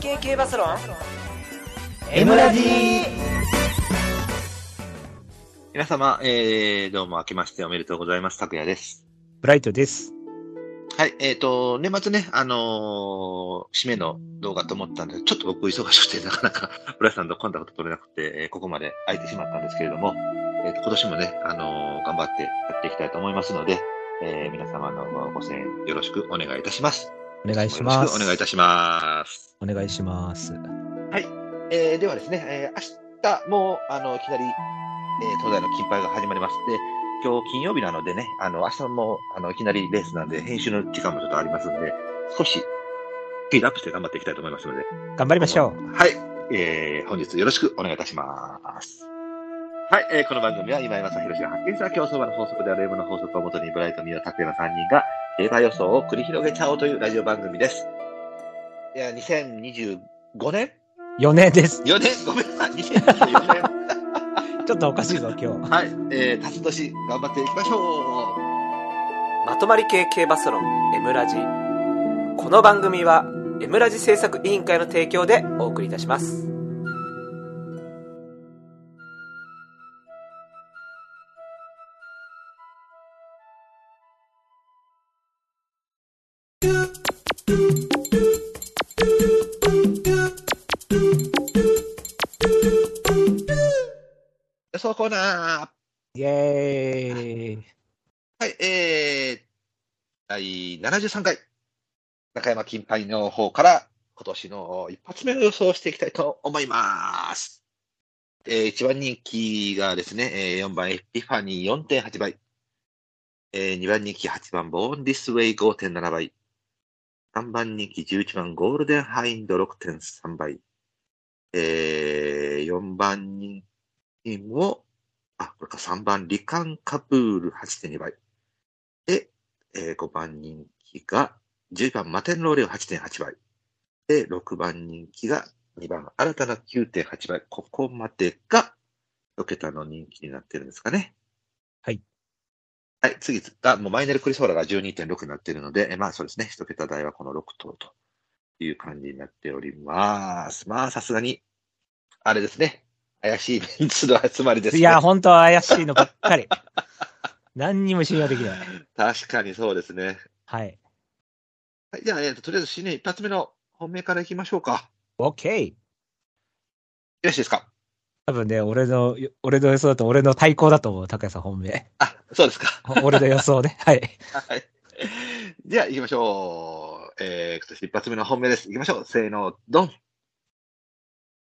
系系バスロン M ラジ皆様、えー、どうも明けましておめでとうございます。拓也です。ブライトです。はい、えっ、ー、と、年末ね、あのー締めの動画と思ったんで、ちょっと僕忙しくて、なかな か、浦さんとコンタクト取れなくて、えーここまで空いてしまったんですけれども、えーと今年もね、あのー頑張ってやっていきたいと思いますので、えー皆様のご声援よろしくお願いいたします。お願いします。よろしくお願いいたします。お願いします。えーではですね、えー明日もうあのいきなり、えー東大の金杯が始まります。で、今日金曜日なのでね、あの明日もあのいきなりレースなんで、編集の時間もちょっとありますので、少しスピードアップして頑張っていきたいと思いますので、頑張りましょう。はい、えー本日よろしくお願いいたします。はい、えーこの番組は今井正弘氏が発見した競走馬の法則である M の法則をもとに、ブライト、ミオ、拓也の3人が競馬予想を繰り広げちゃおうというラジオ番組です。いや、2025年4年です。 4年ごめんなさい、2024年。 ちょっとおかしいぞ、今日。はい、えー、たつ年頑張っていきましょう。まとまり系系バスロン M ラジこの番組は M ラジ制作委員会の提供でお送りいたします予想コーナー。イエーイ。はい、えー、第73回、中山金杯の方から、今年の一発目の予想をしていきたいと思います。えー、一番人気がですね、えー、4番エピファニー4.8倍。えー、2番人気8番ボーンディスウェイ5.7倍。3番人気11番ゴールデンハインド6.3倍。えー、4番人気も、あ、これか3番リカンカプール8.2倍。で、えー5番人気が、10番マテンローレオ8.8倍。で、6番人気が、2番新たな9.8倍。ここまでが、6桁の人気になってるんですかね。はい。はい、次が、もうマイネル・クリソーラが12.6になってるので、えまあそうですね、1桁台はこの6頭という感じになっております。まあさすがに、あれですね、怪しいメンツの集まりですね。いや、本当は怪しいのばっかり。 何にも信用できない。確かにそうですね。はい。はい、じゃあ、えーと、とりあえず新年一発目の本命からいきましょうか。よ OK! ろしいですか多分ね、俺の、俺の予想だと俺の対抗だと思う、高谷さん本命。あ、そうですか。 俺の予想ね。 はい。はい。じゃあ、行きましょう。えー、今年一発目の本命です。行きましょう。せーの、ドン。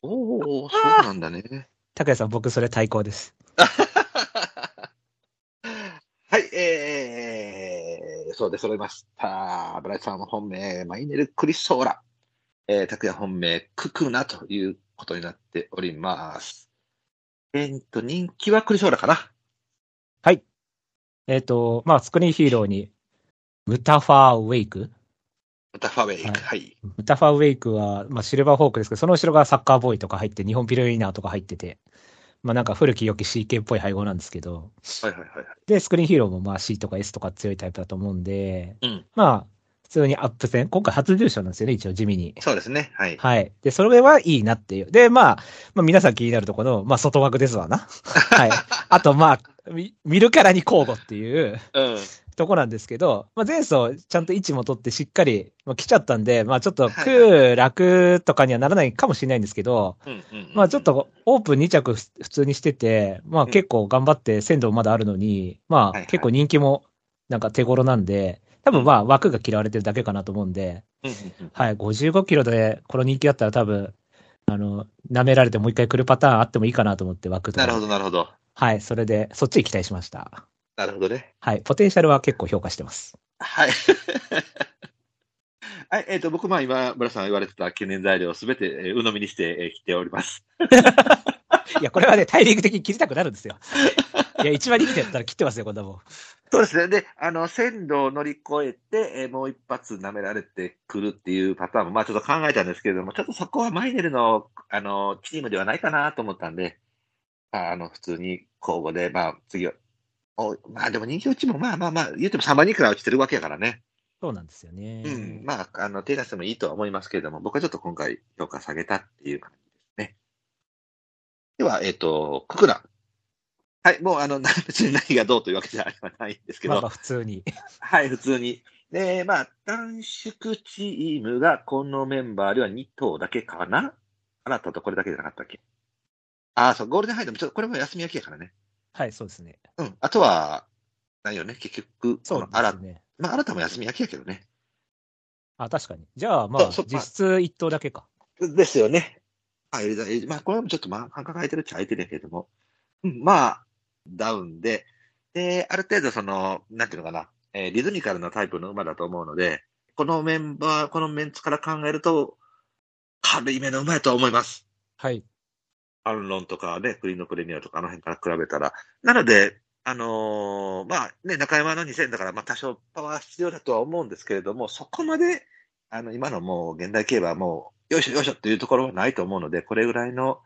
おー、そうなんだね。高谷さん、僕それ対抗です。はい、えー、そうで揃いました。ブライトさんの本命、マイネル・クリソーラ。えー、拓也本命、ククナということになっております。えーっと、人気はクリソーラかな。えっ、と、まあ、スクリーンヒーローに、ムタファーウェイクダファウェイク。はい。ムタファーウェイクは、まあ、シルバーフォークですけど、その後ろがサッカーボーイとか入って、日本ピルイナーとか入ってて、まあ、なんか古き良き CK っぽい配合なんですけど、はいはいはいはい。で、スクリーンヒーローもまあ C とか S とか強いタイプだと思うんで、うんまあ、普通にアップ戦、今回初優勝なんですよね、一応地味に。そうですね。はい。はい。で、それはいいなっていう。で、まあ、まあ、皆さん気になるところの、まあ、外枠ですわ な。はい。あと、まあ、み見るからに交互っていううん。とこなんですけど、まあ、前走ちゃんと位置も取ってしっかり、まあ、来ちゃったんで、まあ、ちょっとはいは空楽とかにはならないかもしれないんですけど、うんうんうんまあちょっ、とオープン2着ふ普通にしてて、まあ結構頑張って鮮度まだあるのに、まはいあはい結構人気もなんか手頃なんで、多分まあ枠が嫌われてるだけかなと思うんで、うんうんうんはい、55キロでこの人気だったら多分、あの、舐められてもう一回来るパターンあってもいいかなと思って枠とかなるほど、なるほど。はい、それでそっちに期待しました。なるほどね。はい、ポテンシャルは結構評価してます。はい。 はい、えっ、と、僕、まあ、今、村さんが言われてた懸念材料をすべて、えー、鵜呑みにして、えー、来ております。いや、これ はね、タイミング的に切りたくなるんですよ。いや、一番人気だったら切ってますよ、こんなもん。そうですね。で、あの、鮮度を乗り越えて、えーもう一発舐められてくるっていうパターンも、まあ、ちょっと考えたんですけれども、ちょっとそこはマイネルの、あの、チームではないかなと思ったんで、まあ、あの、普通に公募で、まあ、次は、おまあ、でも人気落ちも、まあまあまあ、言っても3番人から落ちてるわけやからね。そうなんですよね。うん、まあ、あの、手出してもいいとは思いますけれども、僕はちょっと今回評価下げたっていう感じですね。では、えっ、と、ククラ。はい、もう、あの、 な別に何がどうというわけではないんですけまあど、まあ普通に。はい、普通に。で、まあ、短縮チームがこのメンバーでは2頭だけかなあなたとこれだけじゃなかったっけああ、そう、ゴールデンハイでもちょっとこれも休み明けやからね。はい、そうですね。うん、あとは、ないよね、結局、そうこなの新んたですね。まあ、新たも休み明けやけどね。あ、確かに。じゃあ、まあ、そうそう実質一頭だけか。ですよね。あ、エリザエリまあ、これもちょっと、まあ、感覚空いてるっちゃ空いてるんやけれども、うん、まあ、ダウンで、で、ある程度、その、なんていうのかな、えーリズミカルなタイプの馬だと思うので、このメンバー、このメンツから考えると、軽い目の馬やとは思います。はい。アンロンとかね、クリーンのプレミアとか、あの辺から比べたら。なので、あのーまあね、中山の2000だから、まあ多少パワー必要だとは思うんですけれども、そこまで、あの、今のもう現代競馬はもう、よいしょよいしょっていうところはないと思うので、これぐらいの、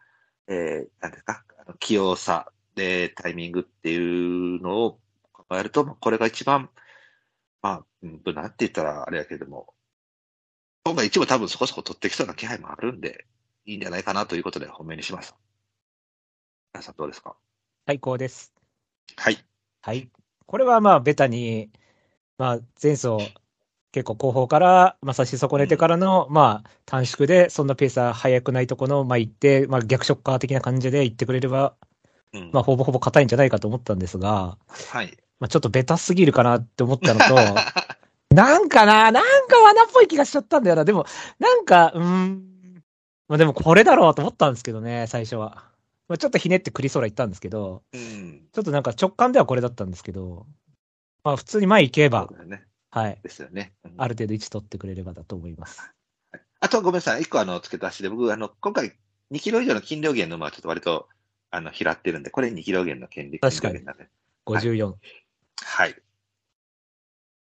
えー、なんですか、あの器用さでタイミングっていうのを考えると、まあこれが一番、まあ、うん無難って言ったらあれやけれども、今回一部多分そこそこ取ってきそうな気配もあるんで、いいんじゃないかなということで本命にします。皆さんどうですか最高です。はい。はい。これはまあ、ベタに、まあ、前走、結構後方から、まあ、差し損ねてからの、まあ、短縮で、そんなペースは速くないところの、まあ、行って、まあ、逆ショッカー的な感じで行ってくれれば、うんまあ、ほぼほぼ硬いんじゃないかと思ったんですが、はい。まあ、ちょっとベタすぎるかなって思ったのと、 なんかな、なんか罠っぽい気がしちゃったんだよな。でも、なんか、うーん。まあでもこれだろうと思ったんですけどね、最初は。まあちょっとひねってクリソーラ行ったんですけど、うん。ちょっとなんか直感ではこれだったんですけど、まあ普通に前行けそばう、だよね。はい。ですよね。うんある程度位置取ってくれればだと思います。あとごめんなさい。一個あの、付け足しで、僕、あの、今回2キロ以上の金量減の馬はちょっと割と、あの、拾ってるんで、これ2キロ減の権利。確かに金量減なんで54。はい。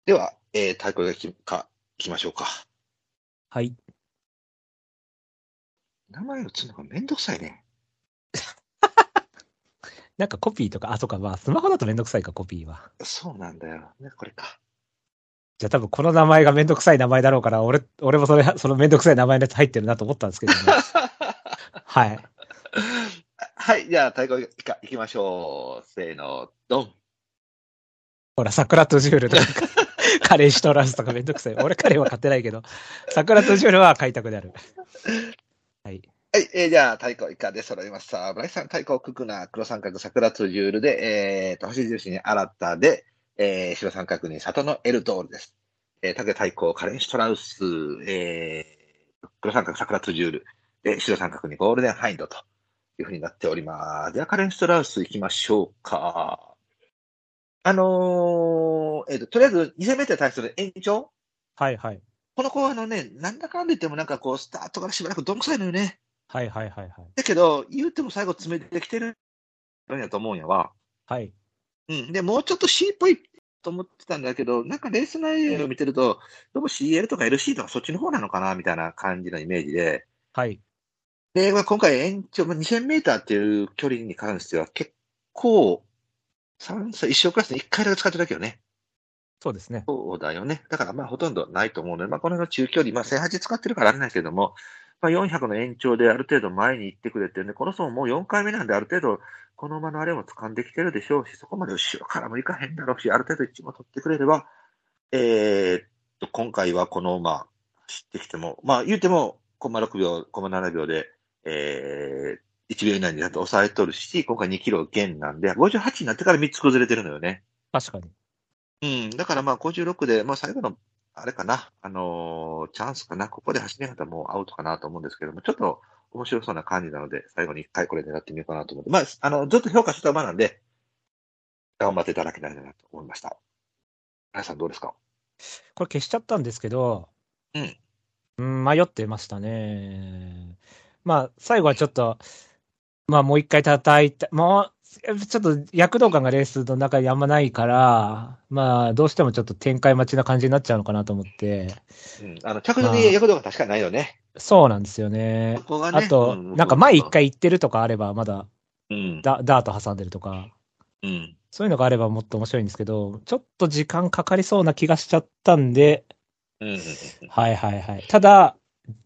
では、えー、対抗がきか、いきましょうか。はい。名前打つのがめんどくさいね。なんかコピーとか、あ、そうか、まあスマホだとめんどくさいか、コピーは。そうなんだよ。ね、これか。じゃあ多分この名前がめんどくさい名前だろうから、俺、俺もそれ、そのめんどくさい名前のやつ入ってるなと思ったんですけどね。はい。はい。じゃあ、対抗か、いきましょう。せーの、ドン。ほら、桜とジュールとか、 カレーシトラスとかめんどくさい。俺カレーは買ってないけど、桜とジュールは買いたくなる。はい。はい、えーじゃあ、太鼓以下で揃いました。ブライスさん、太鼓、ククナ、黒三角、桜とジュールで、えーと、星印に新たで、えー白三角に里のエルドールです。えー、竹太鼓、カレンシュトラウス、えー黒三角、桜とジュール、で、白三角にゴールデンハインドというふうになっております。では、カレンシュトラウス行きましょうか。あのーえっ、と、とりあえず、2戦目に対する延長はいはい。この子はあのね、なんだかんだ言ってもなんかこう、スタートからしばらくどんくさいのよね。はいはいはいはい。だけど、言うても最後詰めてきてるんやと思うんやわ。はい。うん。で、もうちょっと C っぽいと思ってたんだけど、なんかレース内容を見てると、どうも CL とか LC とかそっちの方なのかな、みたいな感じのイメージで。はい。で、まあ、今回延長、まあ、2000メーターっていう距離に関しては結構、3歳、一生クラスで1回だけ使ってるだけよね。そうですね。そうだよね。だからまあほとんどないと思うので、まあこの辺の中距離、まあ1008使ってるからあれなんですけども、まあ400の延長である程度前に行ってくれてるんで、この人ももう4回目なんである程度この馬のあれも掴んできてるでしょうし、そこまで後ろからも行かへんだろうし、ある程度一も取ってくれれば、えーっと、今回はこの馬走ってきても、まあ言うても、コマ6秒、コマ7秒で、えー、1秒以内にちゃんと抑えとるし、今回2キロ減なんで、58になってから3つ崩れてるのよね。確かに。うん、だからまあ56で、まあ最後の、あれかな、あのーチャンスかな、ここで走れなかったらもうアウトかなと思うんですけども、ちょっと面白そうな感じなので、最後に一回これ狙ってみようかなと思って、まあ、あの、ずっと評価してた馬なんで、頑張っていただけないなと思いました。皆さんどうですかこれ消しちゃったんですけど、うん。うん、迷ってましたね。まあ、最後はちょっと、まあもう一回叩いた、もう、ちょっと躍動感がレースの中にあんまないから、まあどうしてもちょっと展開待ちな感じになっちゃうのかなと思って、うん、あの、着順に躍動が確かにないよね。そうなんですよねそ。こがね、あと、うなんか前一、回行ってるとかあれば、まだうん、ダダート挟んでるとか、うん、そういうのがあればもっと面白いんですけど、ちょっと時間かかりそうな気がしちゃったんで、うんうんうんはいはいはい。ただ、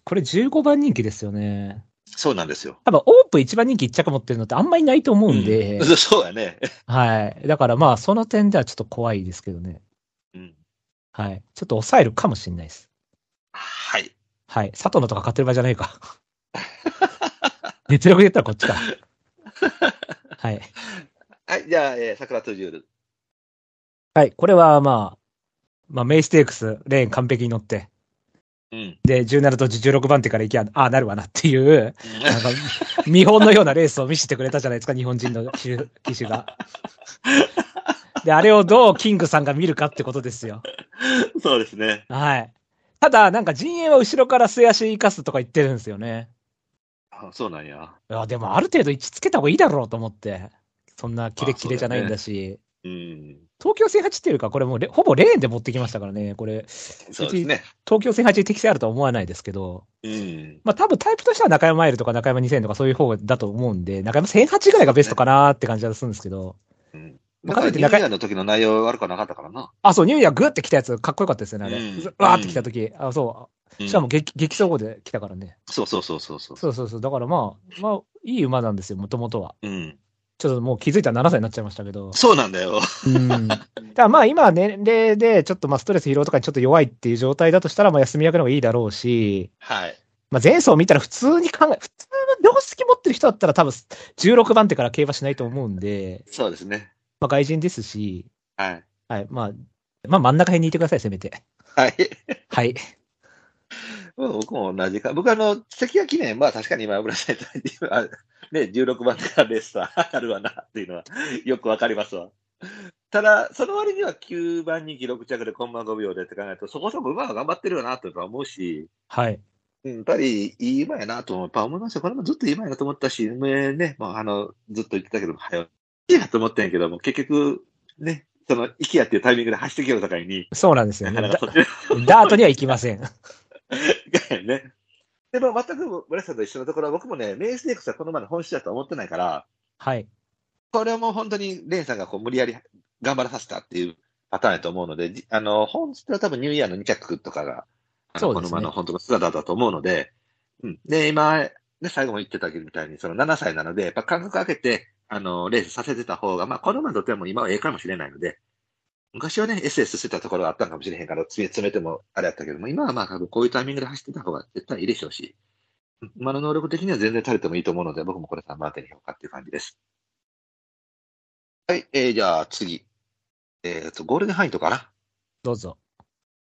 これ15番人気ですよね。そうなんですよ。多分オープン一番人気一着持ってるのってあんまりないと思うんで、うん そうだね。はい。だからまあその点ではちょっと怖いですけどね。うんはい。ちょっと抑えるかもしれないです。はい。はい。佐藤のとか買ってる場合じゃない か。実力で言ったらこっちか。はい。はい、じゃあ、えー、桜トゥジュール。はい。これはまあ、まあメイステークス、レーン完璧に乗って、うん。、で、17と16番手から行きゃ、ああ、なるわなっていう、なんか見本のようなレースを見せてくれたじゃないですか、日本人の騎手騎手が。で、あれをどうキングさんが見るかってことですよ。 そうですね。はい。ただ、なんか陣営は後ろから末足生かすとか言ってるんですよね。あそうなんや。いや、でもある程度位置つけた方がいいだろうと思って。そんなキレッキレじゃないんだし。うん。東京1008っていうか、これもうレほぼレーンで持ってきましたからね。これ、そうですね。東京1008に適性あるとは思わないですけど。うん。まあ多分タイプとしては中山マイルとか中山2000とかそういう方だと思うんで、中山1008ぐらいがベストかなって感じはするんですけど。うん。まだあかかといら、って中ニューイヤーの時の内容悪くはなかったからな。あ、そう、ニューイヤーグーって来たやつ、かっこよかったですよね、あれ。うんずわーって来た時、あ、そう。しかもうん、激、激走後で来たからね。そうそうそうそうそう。そうそうそう。だからまあ、まあ、いい馬なんですよ、もともとは。うん。ちょっともう気づいたら7歳になっちゃいましたけど。そうなんだよ。 うん。 だからまあ今は年齢で、ちょっとまあストレス疲労とかにちょっと弱いっていう状態だとしたら、まあ休み明けの方がいいだろうし、はい。まあ前走見たら普通に考え、普通の常識持ってる人だったら多分16番手から競馬しないと思うんで、そうですね。まあ外人ですし、はい。はい、まあ、まあ真ん中辺にいてください、せめて。はい。 はい。うん僕も同じか。僕はあの、関谷記念、まあ確かに今、村さん言ったようにあね、16番からレースはあるわなっていうのはよくわかりますわ。ただ、その割には9番に記録着でコンマ5秒でって考えると、そこそこ馬は頑張ってるよなとか思うし、はい。うんやっぱりいい馬やなと思う。やっぱ思いますよ。これもずっといい馬やなと思ったし、ね、ねまあ、あの、ずっと言ってたけど、はよ、いいなと思ったんやけども、結局、ね、その、イケアっていうタイミングで走ってきようとかに、そうなんですよなね。かなダかそっちのダートには行きません。ね。でも全く村瀬さんと一緒のところ、僕もね、レースネックスはこのまの本質だとは思ってないから、はい。これはもう本当にレンさんがこう無理やり頑張らさせたっていうパターンやと思うので、じあの、本質は多分ニューイヤーの2着とかが、あのそうこでのすね馬の本当の姿だと思うので、うん、で、今、ね、最後も言ってたみたいに、その7歳なので、やっぱ間隔空けて、あの、レースさせてた方が、まあ、この馬にとってはもう今はええかもしれないので、昔はね、SS してたところがあったのかもしれへんから、詰め詰めてもあれやったけども、今はまあ、多分こういうタイミングで走ってた方が絶対いいでしょうし、うん馬の能力的には全然足りてもいいと思うので、僕もこれ3番手に評価っていう感じです。はい、えー、じゃあ次。えっ、と、ゴールデンハイントかな。どうぞ。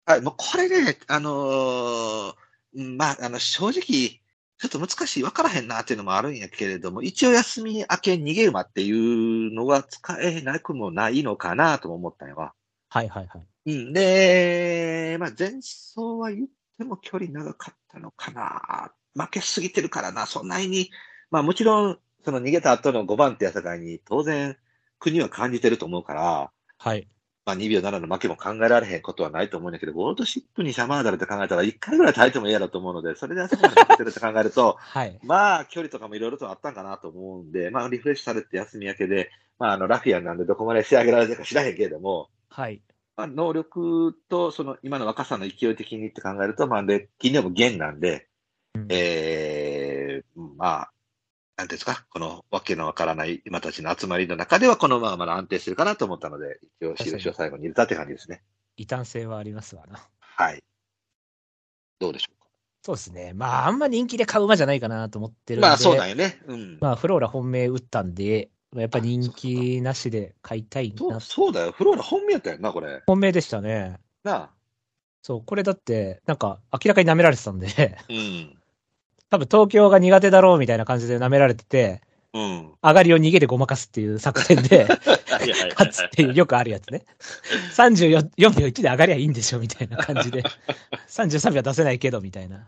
はい、もうこれね、あのーうんまあ、あの、正直、ちょっと難しい、わからへんなっていうのもあるんやけれども、一応休み明け逃げ馬っていうのは使えなくもないのかなとも思ったんやわ。はいはいはい。うん、で、まあ、前走は言っても距離長かったのかな。負けすぎてるからな、そんなに。まあ、もちろん、その逃げた後の5番手やさかいに、当然、国は感じてると思うから、はい。まあ、2秒7の負けも考えられへんことはないと思うんだけど、ゴールドシップにサマーダルって考えたら、1回ぐらい耐えても嫌だと思うので、それであそこまで負けてるって考えると、 はい。まあ、距離とかもいろいろとあったんかなと思うんで、まあ、リフレッシュされて休み明けで、まあ、あの、ラフィアンなんでどこまで仕上げられるか知らへんけれども、はい。まあ、能力と、その、今の若さの勢い的にって考えると、まあ、で、金曜も現なんで、うんええまあ、なんていうんですか、このわけのわからない今たちの集まりの中では、このまままだ安定してるかなと思ったので、一応、印を最後に入れたって感じですね。異端性はありますわな。はい。どうでしょそうですね。まあ、あんま人気で買う馬じゃないかなと思ってうるんか。で。まあ、そうなんよね。うん。まあ、フローラ本命打ったんで、まあやっぱ人あ気なしで買いたいそなう。そうだよ。フローラ本命やったよな、これ。本命でしたね。なあ。そう、これだって、なんか明らかに舐められてたんで、うん。多分東京が苦手だろうみたいな感じで舐められてて、うん。上がりを逃げでごまかすっていう作戦で、いやいやいや勝つっていうよくあるやつ ね。34秒1で上がりゃいいんでしょみたいな感じで。33秒出せないけどみたいな。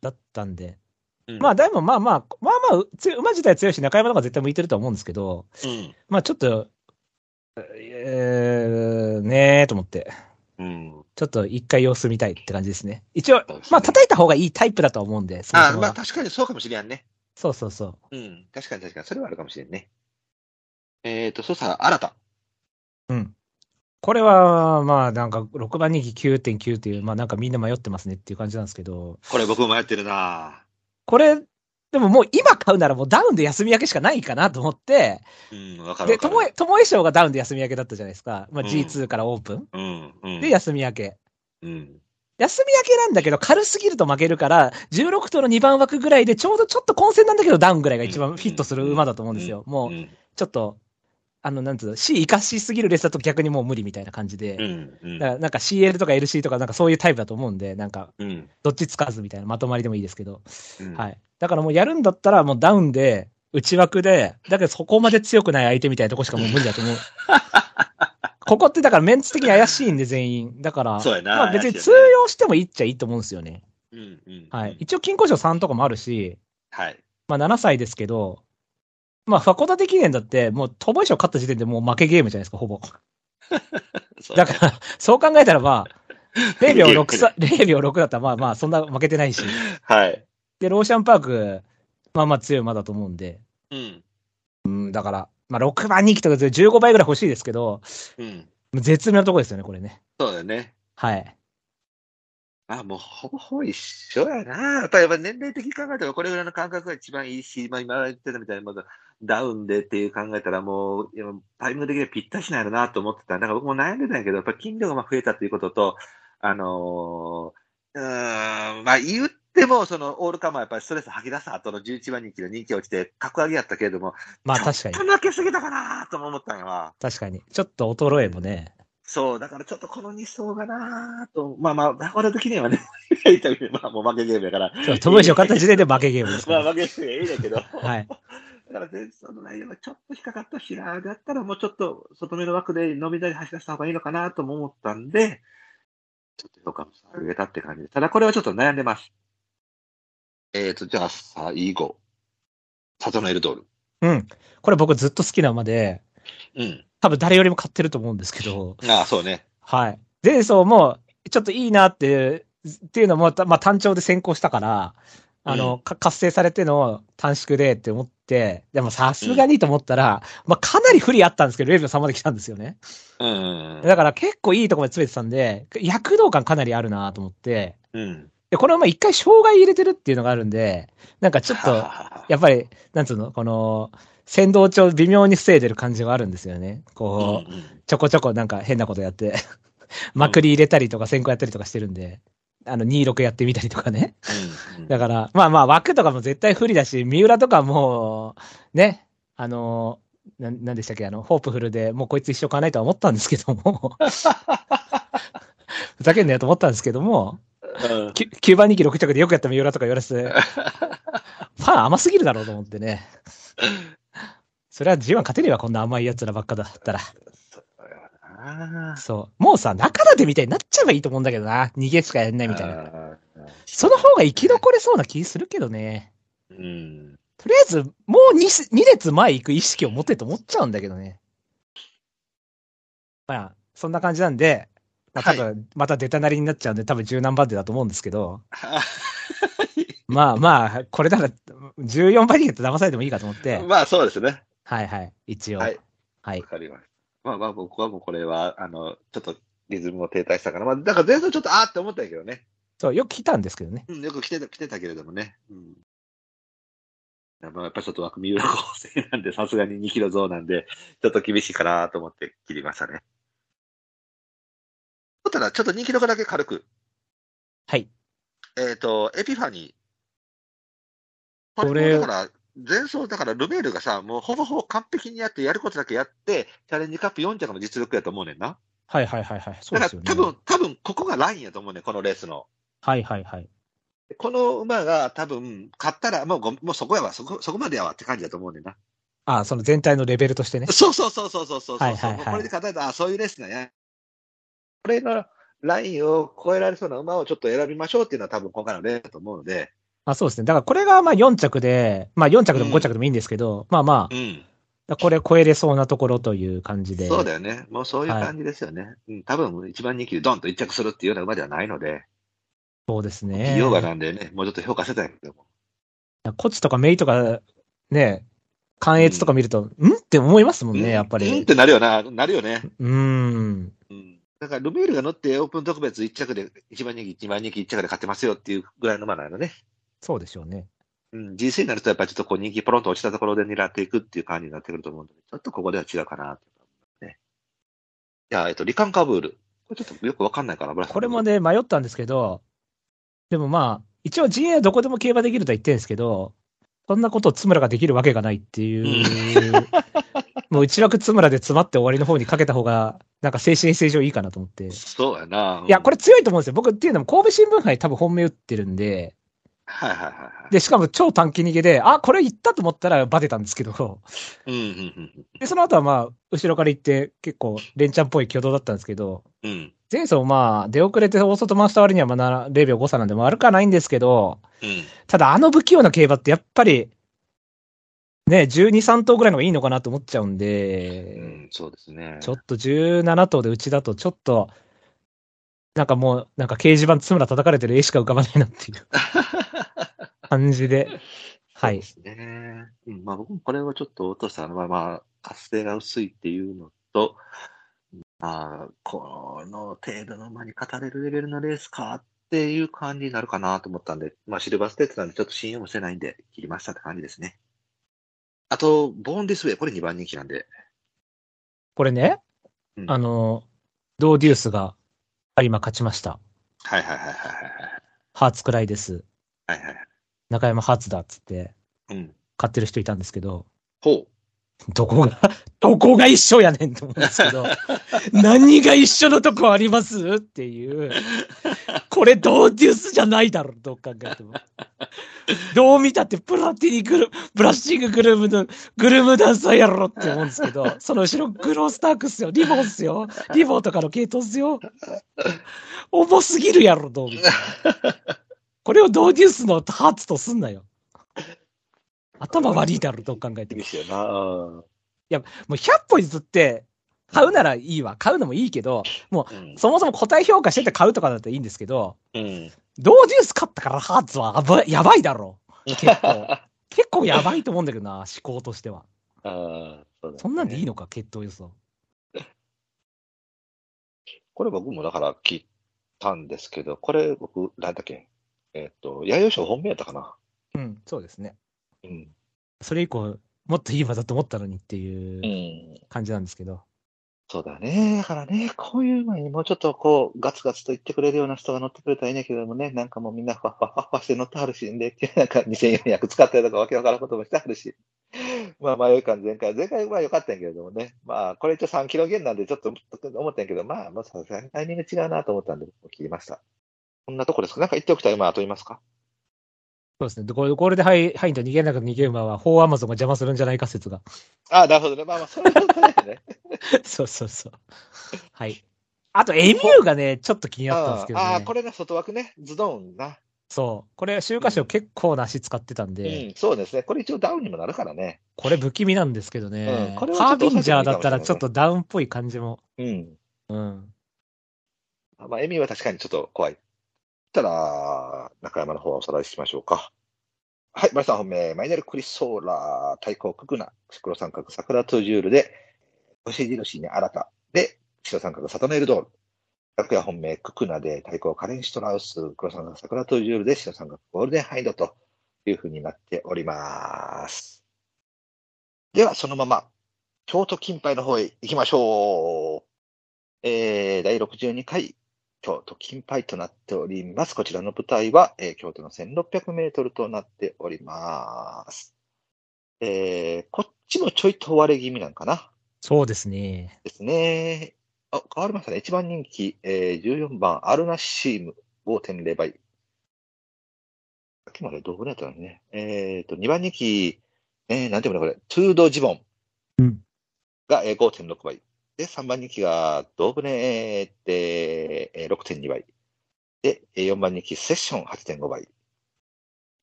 だったんで。うんまあ、でもまあまあ、まあまあう強い、馬自体強いし、中山の方が絶対向いてると思うんですけど、うん。まあちょっと、えー、ねーと思って、うん。ちょっと一回様子見たいって感じですね。一応そうですね、まあ叩いた方がいいタイプだとは思うんで、そもあそもまあ、は確かにそうかもしれんね。そうそうそう。うん。確かに確かに。それはあるかもしれんね。えっ、と、そしたら、新た。うん。これは、まあなんか6番人気9.9っていう、まあなんかみんな迷ってますねっていう感じなんですけど、これ僕も迷ってるなこれ、でももう今買うならもうダウンで休み明けしかないかなと思って、うん、わかるで、わかともえ、る。ともえ賞がダウンで休み明けだったじゃないですか。まあうん G2 からオープン。うん、うん。で、休み明け。うん。休み明けなんだけど、軽すぎると負けるから、16頭の2番枠ぐらいで、ちょうどちょっと混戦なんだけど、ダウンぐらいが一番フィットする馬だと思うんですよ。もうう、ん、ちょっと、あの、なんつうの、C 生かしすぎるレースだと逆にもう無理みたいな感じうで。ん、うんだからなんか CL とか LC とかなんかそういうタイプだと思うんで、なんかうん。どっちつかずみたいなまとまりでもいいですけど。うんはい。だからもうやるんだったらもうダウンで、内枠で、だけどそこまで強くない相手みたいなとこしかもう無理だと 思う。ここってだからメンツ的に怪しいんで全員。だから、そうやなまあ別に怪しい通よね用してもいいっちゃいいと思うんですよね。うん、うん。はい。。一応金庫賞3とかもあるし、はい。まあ7歳ですけど、まあ函館記念だってもう飛ば賞勝った時点でもう負けゲームじゃないですか、ほぼ。そうだねから、そう考えたらまあ、0秒6さ、 負0秒6だったらまあまあそんな負けてないし。はい。で、ローシャンパーク、まあまあ強い馬だと思うんで。うん、うん、だから、まあ、6番人気とか15倍ぐらい欲しいですけど、うん。絶妙なとこですよね、これね。そうだよね。はい。あ、もうほぼほぼ一緒やな。やっぱり年齢的に考えたらこれぐらいの感覚が一番いいし、まあ、今言ってたみたいに、まだダウンでっていう考えたらもう、今タイミング的にはぴったしなんやろなと思ってた。だから僕も悩んでたんやけど、やっぱり金量がまあ増えたということと、あのーうーん、まあ言っても、そのオールカマーやっぱりストレス吐き出した後の11番人気の人気が落ちて、格上げやったけれども、まあ、確かに ちょっ。と負けすぎたかなとも思ったんやわ。確かに。ちょっと衰えもね。そう、だからちょっとこの2層がなぁと、まあまあ、俺的にはね、 やりたいまあもう負けゲームやから、そう、友達を勝った時点で負けゲームですかまあら。負けゲームはいいんだけど、はだい。から前走の内容がちょっと引っかかったしな、だったらもうちょっと外目の枠で伸び台り走らせた方がいいのかなとも思ったんで、ちょっと評価も上げたって感じです。ただこれはちょっと悩んでます。えーと、じゃあ最後、里のエルドール。うん。これ僕ずっと好きな馬で、うん。多分誰よりも勝ってると思うんですけど、ああ、そうね。はい。前走も、ちょっといいなっていう、っていうのも、たまあ、単調で先行したから、あの、うんか活性されての短縮でって思って、でもさすがにと思ったら、まあ、かなり不利あったんですけど、0秒3まで来たんですよね。うん。だから結構いいとこまで詰めてたんで、躍動感かなりあるなと思って、うん。で、これはまあ一回障害入れてるっていうのがあるんで、なんかちょっと、はやっぱり、なんつうの、この、先導帳微妙に防いでる感じはあるんですよね。こう、ちょこちょこなんか変なことやって、 まくり入れたりとか先行やったりとかしてるんで、あの、26やってみたりとかね。だから、まあまあ枠とかも絶対不利だし、三浦とかもう、ね、あの、ななんでしたっけ、あの、ホープフルでもうこいつ一生買わないとは思ったんですけども、ふざけんなよと思ったんですけども、うん。きゅ 9, 番人気6着でよくやった三浦とか言われて、ファン甘すぎるだろうと思ってね。それは G1 勝てねえわ、こんな甘い奴らばっかだったら。あそう。もうさ、中立てみたいになっちゃえばいいと思うんだけどな。逃げしかやんなあいみたいな。。ああその方が生き残れそうな気するけどね。うん。とりあえず、もう 2, 2列前行く意識を持てと思っちゃうんだけどね。まあ、そんな感じなんで、まあ、多分、また出たなりになっちゃうんで、多分十何番手だと思うんですけど、まあまあ、これなら14番人だと騙されてもいいかと思って、まあそうですね。はいはい、一応。ははいい。わかります。まあまあ僕はもうこれは、あの、ちょっとリズムも停滞したから、まあだから前走ちょっとあーって思ったんやけどね。そう、よく来たんですけどね。うん、よく来てた、来てたけれどもね。うん。まあやっぱりちょっと枠三浦構成なんで、 さすがに2キロ増なんで、ちょっと厳しいかなと思って切りましたね。そしたら、ちょっと2キロだけ軽く。はい。えっ、と、エピファニー。ここれれ、だから、前走、だからルメールがさ、もうほぼほぼ完璧にやって、やることだけやって、チャレンジカップ4着の実力やと思うねんな。はいはいはいはい。そうだでかすら、よね。多分、多分、ここがラインやと思うねんこのレースの。はいはいはい。この馬が多分、勝ったら、もうご、もうそこやわ、そこ、そこまでやわって感じやと思うねんな。ああ、その全体のレベルとしてね。 そうそうそうそうそうそうそう。はいはいはいこれで勝たれた、あ、そういうレースなんや。これのラインを超えられそうな馬をちょっと選びましょうっていうのは多分今回のレースだと思うので。あそうですね。だからこれがまあ4着で、まあ4着でも5着でもいいんですけど、まあまあ、ん。だからこれ超えれそうなところという感じで。そうだよね。もうそういう感じですよね。うん、多分一番人気でドンと一着するっていうような馬ではないので、そうですね企。業馬なんでね、もうちょっと評価してたんやけども。コチとかメイとか、ね、関越とか見ると、うんって思いますもんうんね、やっぱうんっり。てなるよな、なるよね。うん。うん。だから、ルメールが乗ってオープン特別1着で、1番人気、1番人気、1着で勝ってますよっていうぐらいのマナーのね。そうでしょうね。うん、GC になるとやっぱりちょっとこう人気ポロンと落ちたところで狙っていくっていう感じになってくると思うので、ちょっとここでは違うかなっていうね。いや、えっと、リカンカブール。これちょっとよくわかんないから、ブラスさんこれも。ね、迷ったんですけど、でもまあ、一応 GA はどこでも競馬できるとは言ってるんですけど、そんなことを津村ができるわけがないっていう、もう内枠津村で詰まって終わりの方にかけた方が、なんか精神衛生上いいかなと思って。いそうやな。うんや、これ。強いと思うんですよ。僕っていうのも神戸新聞杯多分本命打ってるんで、はいはいはいはい。で、しかも超短期逃げで、あ、これ行ったと思ったらバテたんですけど、うんうんで、その後はまあ、後ろから行って結構連チャンっぽい挙動だったんですけど、うんうん。うん。前走まあ、出遅れて大外回した割にはまあな0秒5差なんで悪くはないんですけど、うん。ただあの不器用な競馬ってやっぱり、ね、12、3頭ぐらいの方がいいのかなと思っちゃうんうで、ん、そうですね。ちょっと17頭でうちだとちょっと、なんかもう、なんか掲示板、津村叩かれてる絵しか浮かばないなっていう感じで、はい。そうですね。うん、まあ僕もこれはちょっと、お父さんのまま活性が薄いっていうのと、まあ、この程度の間に語れるレベルのレースかっていう感じになるかなと思ったんで、まあシルバーステーツなんでちょっと信用もしてないんで、切りましたって感じですね。あと、ボーンディスウェイ、これ2番人気なんで。これね、うんあの、ドーデュースが、今勝ちました。はいはいはいはいハーツくらいです。はい。はいはい。中山ハーツだっつって、うん。買ってる人いたんですけど、ほどこが、 どこが一緒やねんと思うんですけど、何が一緒のとこありますっていう。これ、ドーデュースじゃないだろ、どう考えても。どう見たって、プラティニグル、ブラッシンググルームの、グルームダンサーやろって思うんですけど、その後ろ、グロースタークっすよ、リボンっすよ、リボンとかの系統っすよ。重すぎるやろ、どう見てもこれをドーデュースのハーツとすんなよ。頭悪いだろ、どう考えう。ても。すよな。もう100歩譲って、買うならいいわ。買うのもいいけど、うん。そもそも個体評価してて買うとかだったらいいんですけど、うん。ドーデュース買ったからハーツはやばいやばいだろ。結 構。結構やばいと思うんだけどな、思考としては。ああ、そうだねそんなんでいいのか、決闘予想。これ僕もだから聞いたんですけど、これ僕、なんだっけ、えっ、と、弥生賞本命やったかな。うん、そうですね。うん。それ以降、もっといい馬だと思ったのにってう。いうん感じなんですけど。そうだね。だからね、こういう前にもうちょっとこう、ガツガツと言ってくれるような人が乗ってくれたらいいんだけどもね、なんかもうみんなファッファッファッファして乗ってはるし、で、なんか2400使ったりとかわけわからんこともしてはるし。 まあ、迷い感前回、前回は良かったんやけれどもね。まあ、これ一応3キロ減なんでちょっと思ったんやけど、まあ、まあ、さすがにタイミング違うなと思ったんで、僕も切りました。こんなとこですかなんか言っておきたい馬は問いますかそうですね。これこれでハイハインと逃げなく逃げ馬は、法アマゾンが邪魔するんじゃないか説が。ああ、なるほどね。まあまあ、それはそう だよね。そうそうそう。 はい。あと、エミューがね、ちょっと気になったんですけどね。ああ、これね、外枠ね、ズドンな。そう。これ、週刊誌を結構な足使ってたんうで、ん、そうですね。これ一応ダウンにもなるからね。これ不気味なんですけどね。うんこれはちょハっーとビンジャー抑だえてもいいかもしれないねったらちょっとダウンっぽい感じも。うん。うん。まあ、エミは確かにちょっと怖い。そしたら、中山の方はおさらいしましょうか。はい、マリさん本命、マイネルクリソーラー、対抗ククナ、黒三角、桜トゥジュールで、星印に新た。で、白三角、サトネルドール。楽屋本命、ククナで、対抗カレンシュトラウス、黒三角、桜トゥジュールで、白三角、ゴールデンハイドというふうになっております。では、そのまま、京都金杯の方へ行きましょう。えー、第62回、京都金杯となっております。こちらの舞台は、えー京都の1600メートルとなっております。えー、こっちもちょいと割れ気味なんかなそうですね。ですね。あ、変わりましたね。1番人気、えー、14番、アルナシーム、5.0倍。さっきまでどうだったのにね。えっ、と、2番人気、えー、なんていうのこれ、トゥードジボン。うんが、えー、5.6倍。で、3番人気が、ドーブネーで、えー、6.2倍。で、えー4番人気、セッション8.5倍。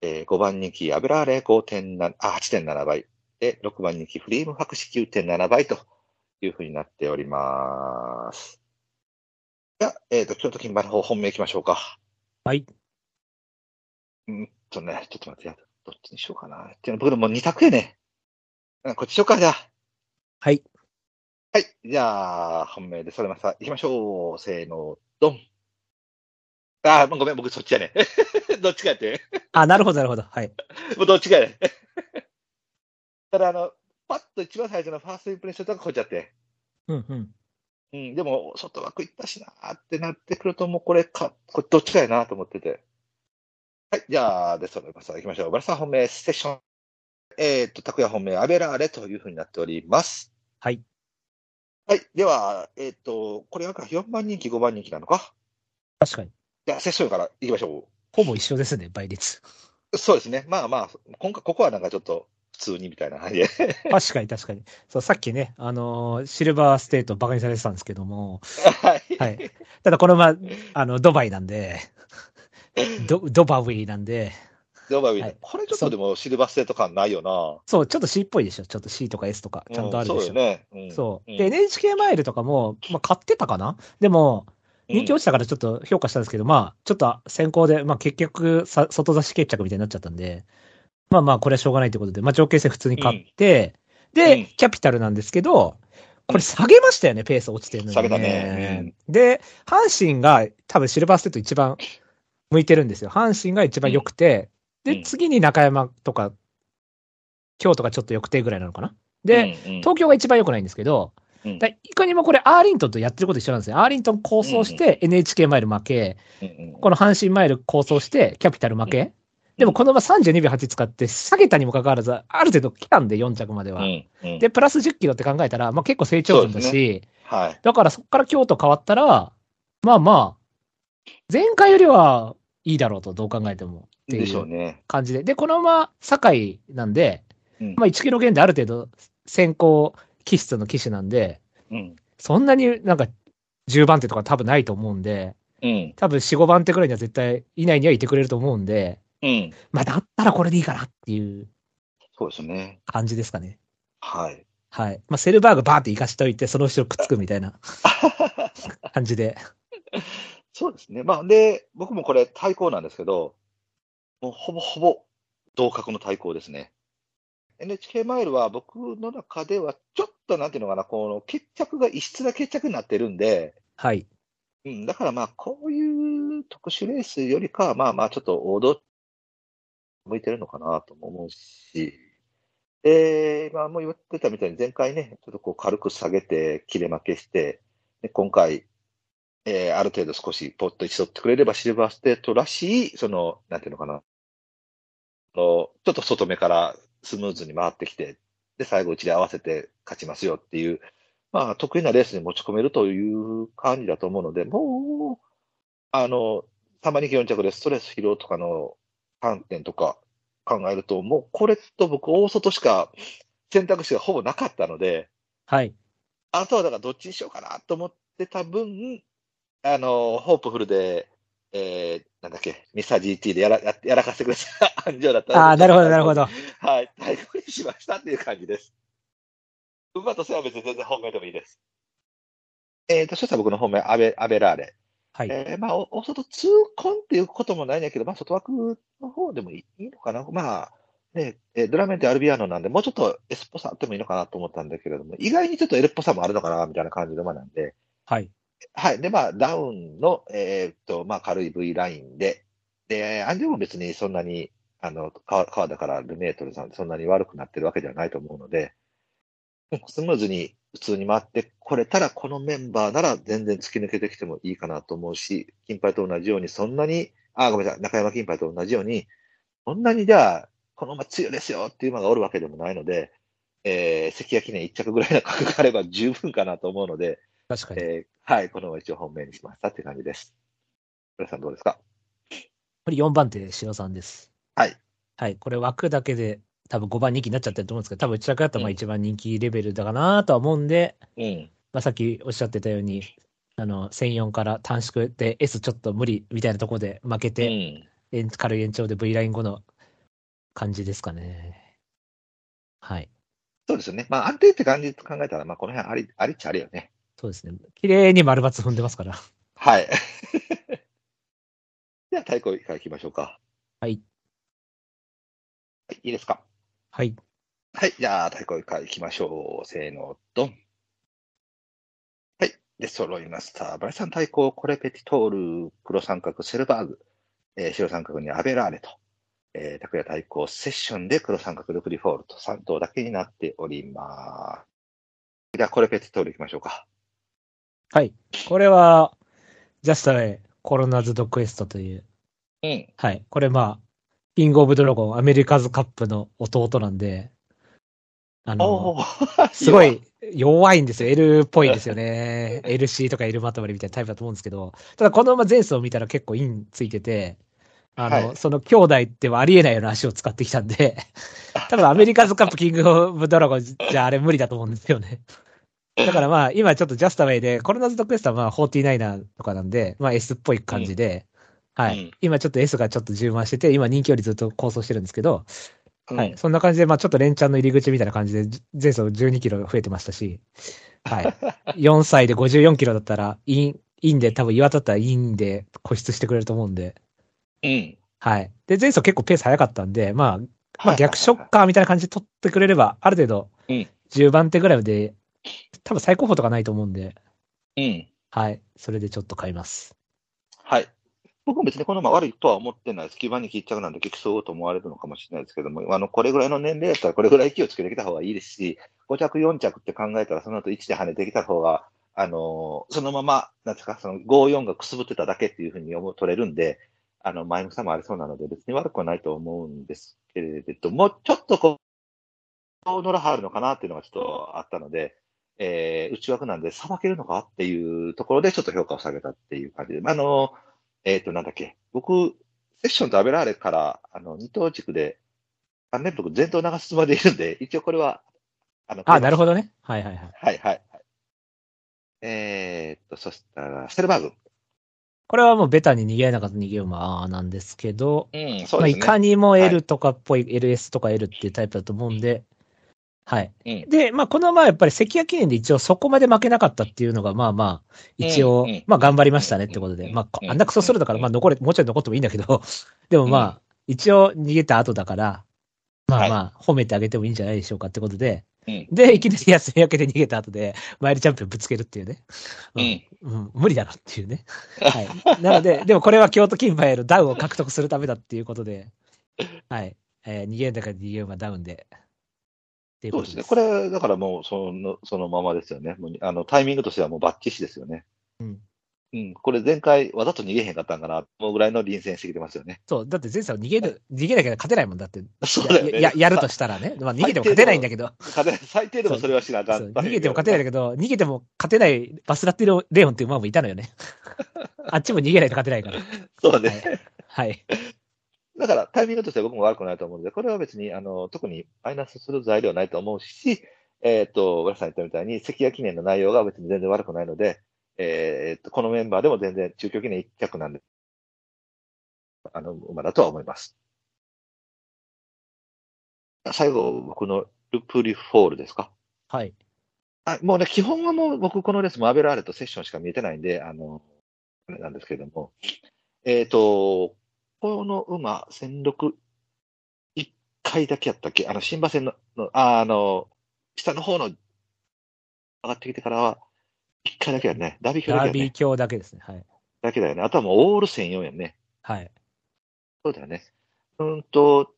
えー、5番人気、アベラーレ5.7、あ、8.7倍。で、6番人気、フリーム博士9.7倍というふうになっております。じゃあ、えっ、と、京都金馬の方、本命いきましょうか。はい。うーんとね、ちょっと待って、どっちにしようかな。っていうのは僕でも2択やね。あこっち紹介だ。はい。はい。じゃあ、本命でそれまさ、行きましょう。せーの、ドン。あー、ごめん、僕そっちやね。 どっちかやって。あ、なるほど、なるほど。はい。もうどっちかやね。ただ、あの、パッと一番最初のファーストインプレッションとかこっちやって。うんうん。うん、でも、外枠行ったしなーってなってくると、もうこれか、これどっちかやなと思ってて。はい、じゃあ、で、それまさ、行きましょう。バラさん本命、ステーション。えっと、拓也本命、アベラーレというふうになっております。はい。はい、では、えっと、これは4番人気、5番人気なのか確かに。じゃあ、セッションから行きましょほぼ一緒 ですね、倍率。う。そうですね。まあまあ、今回、ここはなんかちょっと、普通にみたいな感じで。確かに、確かに。そう、さっきね、あのーシルバーステートバカにされてたんですけども、はい。はい。ただこのまま、あの、ドバイなんで、ド、ドバウィーなんで、でオーバーウィンはいこれちょっとでもシルバーステート感ないよな。そう、ちょっと C っぽいでしょ。ちょっと C とか S とか、ちゃんとあるでしょ。うんそうよね。うんそう。うんで、NHK マイルとかも、まあ、買ってたかなでも、うん人気落ちたからちょっと評価したんですけど、まあ、ちょっと先行で、まあ結局さ、外出し決着みたいになっちゃったんで、まあまあ、これはしょうがないということで、まあ条件戦普通に買って、で、うんキャピタルなんですけど、これ下げましたよね、ペース落ちてるのに、下げたねで、阪神が多分シルバーステート一番向いてるんですよ。阪神が一番良くて、うんうで、ん次に中山とか、京都がちょっと良くてぐらいなのかな。で、、うんうん東京が一番良くないんですけど、うんだいかにもこれ、アーリントンとやってること一緒なんですね。アーリントン構想して、NHK マイル負け、うんうんこの阪神マイル構想して、キャピタル負け。でもこのまま32秒8使って、下げたにもかかわらず、ある程度来たんで、4着までは。うんうんで、プラス10キロって考えたら、まあ結構成長分だそうし、はい。だからそこから京都変わったら、まあまあ、前回よりはいいだろうと、どう考えても。ってでいしょううね。感じで。で、このまま堺なんで、うんまあ1キロ減である程度先行機質の機種なんで、うん。そんなになんか10番手とか多分ないと思うんで、うん。多分4、5番手くらいには絶対以内にはいてくれると思うんで、うん。まあだったらこれでいいかなっていうそうですね。感じですかね。はい。はい。まあセルバーグバーって生かしておいて、その後ろくっつくみたい な感じで。そうですね。まあ、で、僕もこれ対抗なんですけど、もうほぼほぼ同格の対抗ですね。NHK マイルは僕の中では、ちょっとなんていうのかな、この決着が異質な決着になってるんで、はい。うん、だからまあ、こういう特殊レースよりかは、まあまあ、ちょっと王道、向いてるのかなとも思うし、えー、まあ、もう言ってたみたいに、前回ね、ちょっとこう軽く下げて、切れ負けして、で今回、えー、ある程度少しポッと一取ってくれれば、シルバーステートらしい、その、なんていうのかな、あのちょっと外目からスムーズに回ってきて、で、最後、うちで合わせて勝ちますよっていう、まあ、得意なレースに持ち込めるという感じだと思うので、もう、あの、たまに4着でストレス疲労とかの観点とか考えると、もうこれと僕、大外しか選択肢がほぼなかったので、はい。あとはだからどっちにしようかなと思ってた分、あの、ホープフルで、えー、なんだっけ、ミサ GT でやらややらか してくれた安城だったのでああ、なるほど、なるほど。はい、対抗にしましたっていう感じです。馬とせは別に全然本命でもいいです。えーと、そしたら僕の本命、アベアベラーレ。はい。えーまあ、おお外痛恨っていうこともないんだけど、まあ、外枠の方でもいいいいのかな。まあ、ね、えードラメンってアルビアーノなんで、もうちょっと S っぽさあってもいいのかなと思ったんだけれども、意外にちょっと L っぽさもあるのかな、みたいな感じの馬なんで、はい。はい。で、まあ、ダウンの、えーっと、まあ、軽い V ラインで、で、アンジュも別にそんなに、あの、川川だからルメートルさん、そんなに悪くなってるわけではないと思うので、うんスムーズに普通に回ってこれたら、このメンバーなら全然突き抜けてきてもいいかなと思うし、金牌と同じように、そんなに、あ、ごめんなさい、中山金牌と同じように、そんなにじゃあ、この馬強いですよっていう馬がおるわけでもないので、えー、関谷記念1着ぐらいの格があれば十分かなと思うので、確かに。えーはい、この一応本命にしましたっていう感じです。皆さんどうですかこれ4番手、白さんです。はい。はい。これ枠だけで、多分5番人気になっちゃってると思うんですけど、多分内田だったらまあうん1番人気レベルだかなとは思うんで、うん。まあさっきおっしゃってたように、あの、1004から短縮で S ちょっと無理みたいなところで負けうて、ん。延軽い延長で V ライン後の感じですかね。はい。そうですよね。まあ安定って感じと考えたら、まあこの辺あり、ありっちゃありよね。そうですね。綺麗に丸抜踏んでますから。はい。 じゃあ対抗からいきましょうか。はい。いいですかはい。はい、じゃあ、太鼓から行きましょう。せーの、ドン。はい、で、揃いました。バルサン太鼓、コレペティトール、黒三角、セルバーグ、えー白三角にアベラーレと、えー、拓也太鼓、セッションで黒三角、ルクリフォールと3頭だけになっております。じゃあ、コレペティトール行きましょうか。はい。これは、ジャストレイ、コロナズドクエストという。うん。はい。これまあ、キングオブドラゴン、アメリカズカップの弟なんで、あの、お す ごい弱いんですよ。L っぽいですよね。LC とか L まとまりみたいなタイプだと思うんですけど、ただこのまま前走を見たら結構インついてて、あの、はいその兄弟ではありえないような足を使ってきたん で、多分アメリカズカップキングオブドラゴンじゃあれ無理だと思うんですよね。だからまあ、今ちょっとジャスタウェイで、コロナズドクエストはまあ49ナーとかなんで、まあ S っぽい感じで、はい、うん今ちょっと S がちょっと充満してて、今人気よりずっと構想してるんですけど、うんはい。そんな感じで、まあちょっと連チャンの入り口みたいな感じで、じ前走12キロ増えてましたし、 はい。4歳で54キロだったら、イン、インで、多分岩田だったらインで固執してくれると思うんで、うん。はい。で、前走結構ペース早かったんで、まあ、まあ逆ショッカーみたいな感じで取ってくれれば、ある程度うん、 10番手ぐらいで、多分最高峰とかないと思うんで、うん。はい。それでちょっと買います。はい。僕も別にこのまま悪いとは思ってないです。基盤に決着なんで激走と思われるのかもしれないですけども、あの、これぐらいの年齢だったらこれぐらい勢いつけてきた方がいいですし、5着、4着って考えたらその後1で跳ねてきた方が、あのーそのまま、なんですか、その5、4がくすぶってただけっていうふうに思う取れるんで、あの、前の差もありそうなので別に悪くはないと思うんですけれども、ちょっとこう、ノラハールのかなっていうのがちょっとあったので、えー、内枠なんで、さばけるのかっていうところで、ちょっと評価を下げたっていう感じで、まああのーえっ、と、なんだっけ、僕、セッションとアベラーレから、あの、二等軸で、3連続全頭流すつもりでいるんで、一応これは、あの、あ、なるほど。どね。はいはいはい。はい、はい。はいえーっと、そしたら、ステルバーグ。これはもうベタに逃げなかった逃げ馬なんですけど、うん、そまあ、いかに、にもい L とかっぽい、LS とか L っていうタイプだと思うんで、はい。うんで、まあ、このままやっぱり関谷記念で一応そこまで負けなかったっていうのが、まあまあ、一応、うんうんまあ頑張りましたねってことで、うんまあこう、んあんなクソするだから、うんまあ残れ、もうちょい残ってもいいんだけど、 でもまあ、一応逃げた後だから、まあまあ、褒めてあげてもいいんじゃないでしょうかってことで、うんで、いきなり休み明けで逃げた後で、マイルチャンピオンぶつけるっていうね。うん、うん、無理だなっていうね。はい。なので、でもこれは京都金馬へのダウンを獲得するためだっていうことで、はい。えー、逃げんだから逃げ馬ダウンで。っていうそうことですでね。す。これ、だからもう、その、そのままですよね。もうあの、タイミングとしてはもうバッチシですよね。うん。うん、これ前回、わざと逃げへんかったんかな、もうぐらいの臨戦してきてますよね。そう、だって前世は逃げる、逃げなきゃ勝てないもんだって。そうだよやね。ややるとしたらね。まあ逃げても勝てないんだけど、勝て最低でもそれはしなあかそん。う逃げても勝てないんだけど、逃げても勝てないバスラッティロレオンっていう馬もいたのよ ね。あっちも逃げないと勝てないから。そうね。はい。だからタイミングとしては僕も悪くないと思うので、これは別にあの特にマイナスする材料はないと思うし、えっと、浦さん言ったみたいに、関谷記念の内容が別に全然悪くないので、えーとこのメンバーでも全然中京記念一着なんで、あの馬だとは思います。最後、僕のルプリフォールですか。はい。あもうね、基本はもう僕、このレースもアベラーレとセッションしか見えてないんで、あの、あれなんですけれども、えっ、と、この馬、戦六、一回だけやったっけあの、新馬戦の、のああの、下の方の、上がってきてからは、一回だけやね。ダービー級だけダやービーね。卿だけですね。はい。だけだよね。あとはもうオール戦4やね。はい。そうだよね。うんと、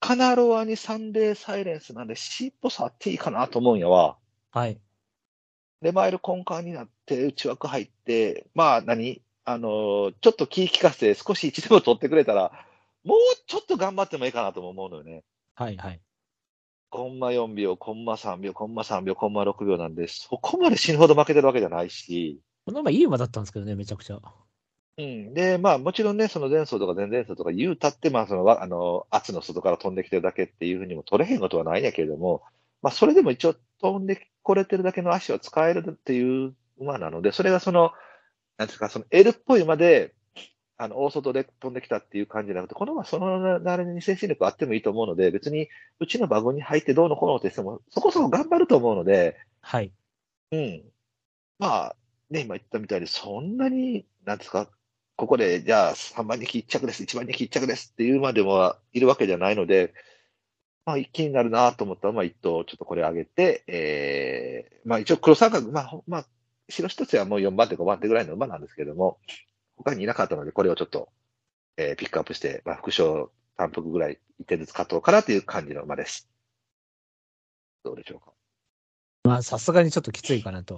カナロアにサンデーサイレンスなんで、シーポさあっていいかなと思うんやわ。はい。レマイル根幹になって、内枠入って、まあ何、あのーちょっと気利かせて、少し一でも取ってくれたら、もうちょっと頑張ってもいいかなとも思うのよね。はい。はい。コンマ4秒、コンマ3秒、コンマ3秒、コンマ6秒なんで、そこまで死ぬほど負けてるわけじゃないし、この馬いい馬だったんですけどね、めちゃくちゃ。うん。で、まあ、もちろんね、その前走とか前々走とか言うたって、まあ、その、わあの、圧の外から飛んできてるだけっていうふうにも取れへんことはないんやけれども、まあ、それでも一応飛んでこれてるだけの足を使えるっていう馬なので、それがその、なんていうか、その L っぽい馬で、あの、大外で飛んできたっていう感じじゃなくて、この馬その流れに精神力あってもいいと思うので、別に、うちの馬群に入ってどうのこうのってしても、そこそこ頑張ると思うので、はい。うん。まあ、ね、今言ったみたいに、そんなに、なんですか、ここで、じゃあ、3番人気1着です、1番人気1着ですっていうまではいるわけじゃないので、まあ、気になるなと思ったら、まあ、一等、ちょっとこれ上げて、えー、まあ、一応黒三角、まあ、ほまあ、白一つはもう4番手、5番手ぐらいの馬なんですけども、他にいなかったので、これをちょっと、えーピックアップして、まあ、副賞単幅ぐらい1点ずつ勝とうかなという感じの馬です。どうでしょうか。まあ、さすがにちょっときついかなと。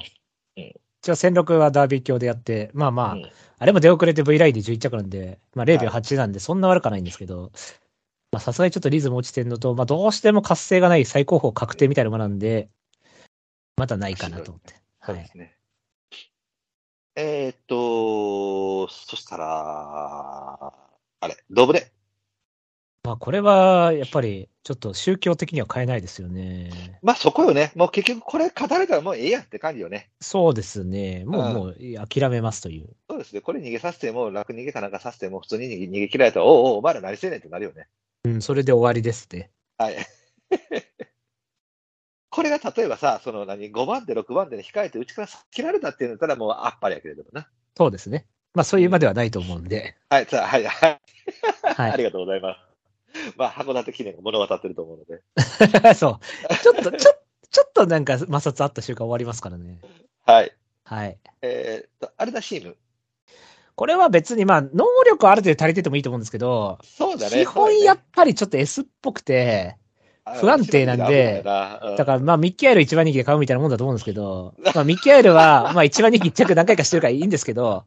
うん一応、戦6はダービー強でやって、まあまあ、うんあれも出遅れて V ラインで11着なんで、まあ0秒は8なんで、そんな悪かないんですけど、まあさすがにちょっとリズム落ちてるのと、まあどうしても活性がない最高峰確定みたいなものなんで、まだないかなと思って。そはうでい。すね。えーっと、そしたら、あれ、ドブレ。まあこれは、やっぱり、ちょっと宗教的には変えないですよね。まあそこよね。もう結局これ勝たれたらもうええやんって感じよね。そうですね。もうう、んもう、諦めますという。そうですね。これ逃げさせても、楽逃げかなんかさせても、普通に逃げ逃げ切られたら、おうおう、お前ら何してんねんってなるよね。うん、それで終わりですね。はい。 これが例えばさ、その何、5番手、6番手で控えて、うちから切られたっていうのだったら、もうあっぱれやけれどもな。そうですね。まあそういうまではないと思うんで。はい、さあ、はい、はい、は あい。りがとうございます。まあ、函館記念が物語ってると思うので。 そう。ちょっと、ちょ、ちょっとなんか摩擦あった瞬間終わりますからね。はい。はい。えーっと、アルダシーム。これは別にまあ、能力はある程度足りててもいいと思うんですけど、そうだね。基本やっぱりちょっと S っぽくて、不安定なんでだだからまあ、ミッキーアイル1番人気で買うみたいなもんだと思うんですけど、まあ、ミッキーアイルは、まあ、1番人気1着何回かしてるからいいんですけど、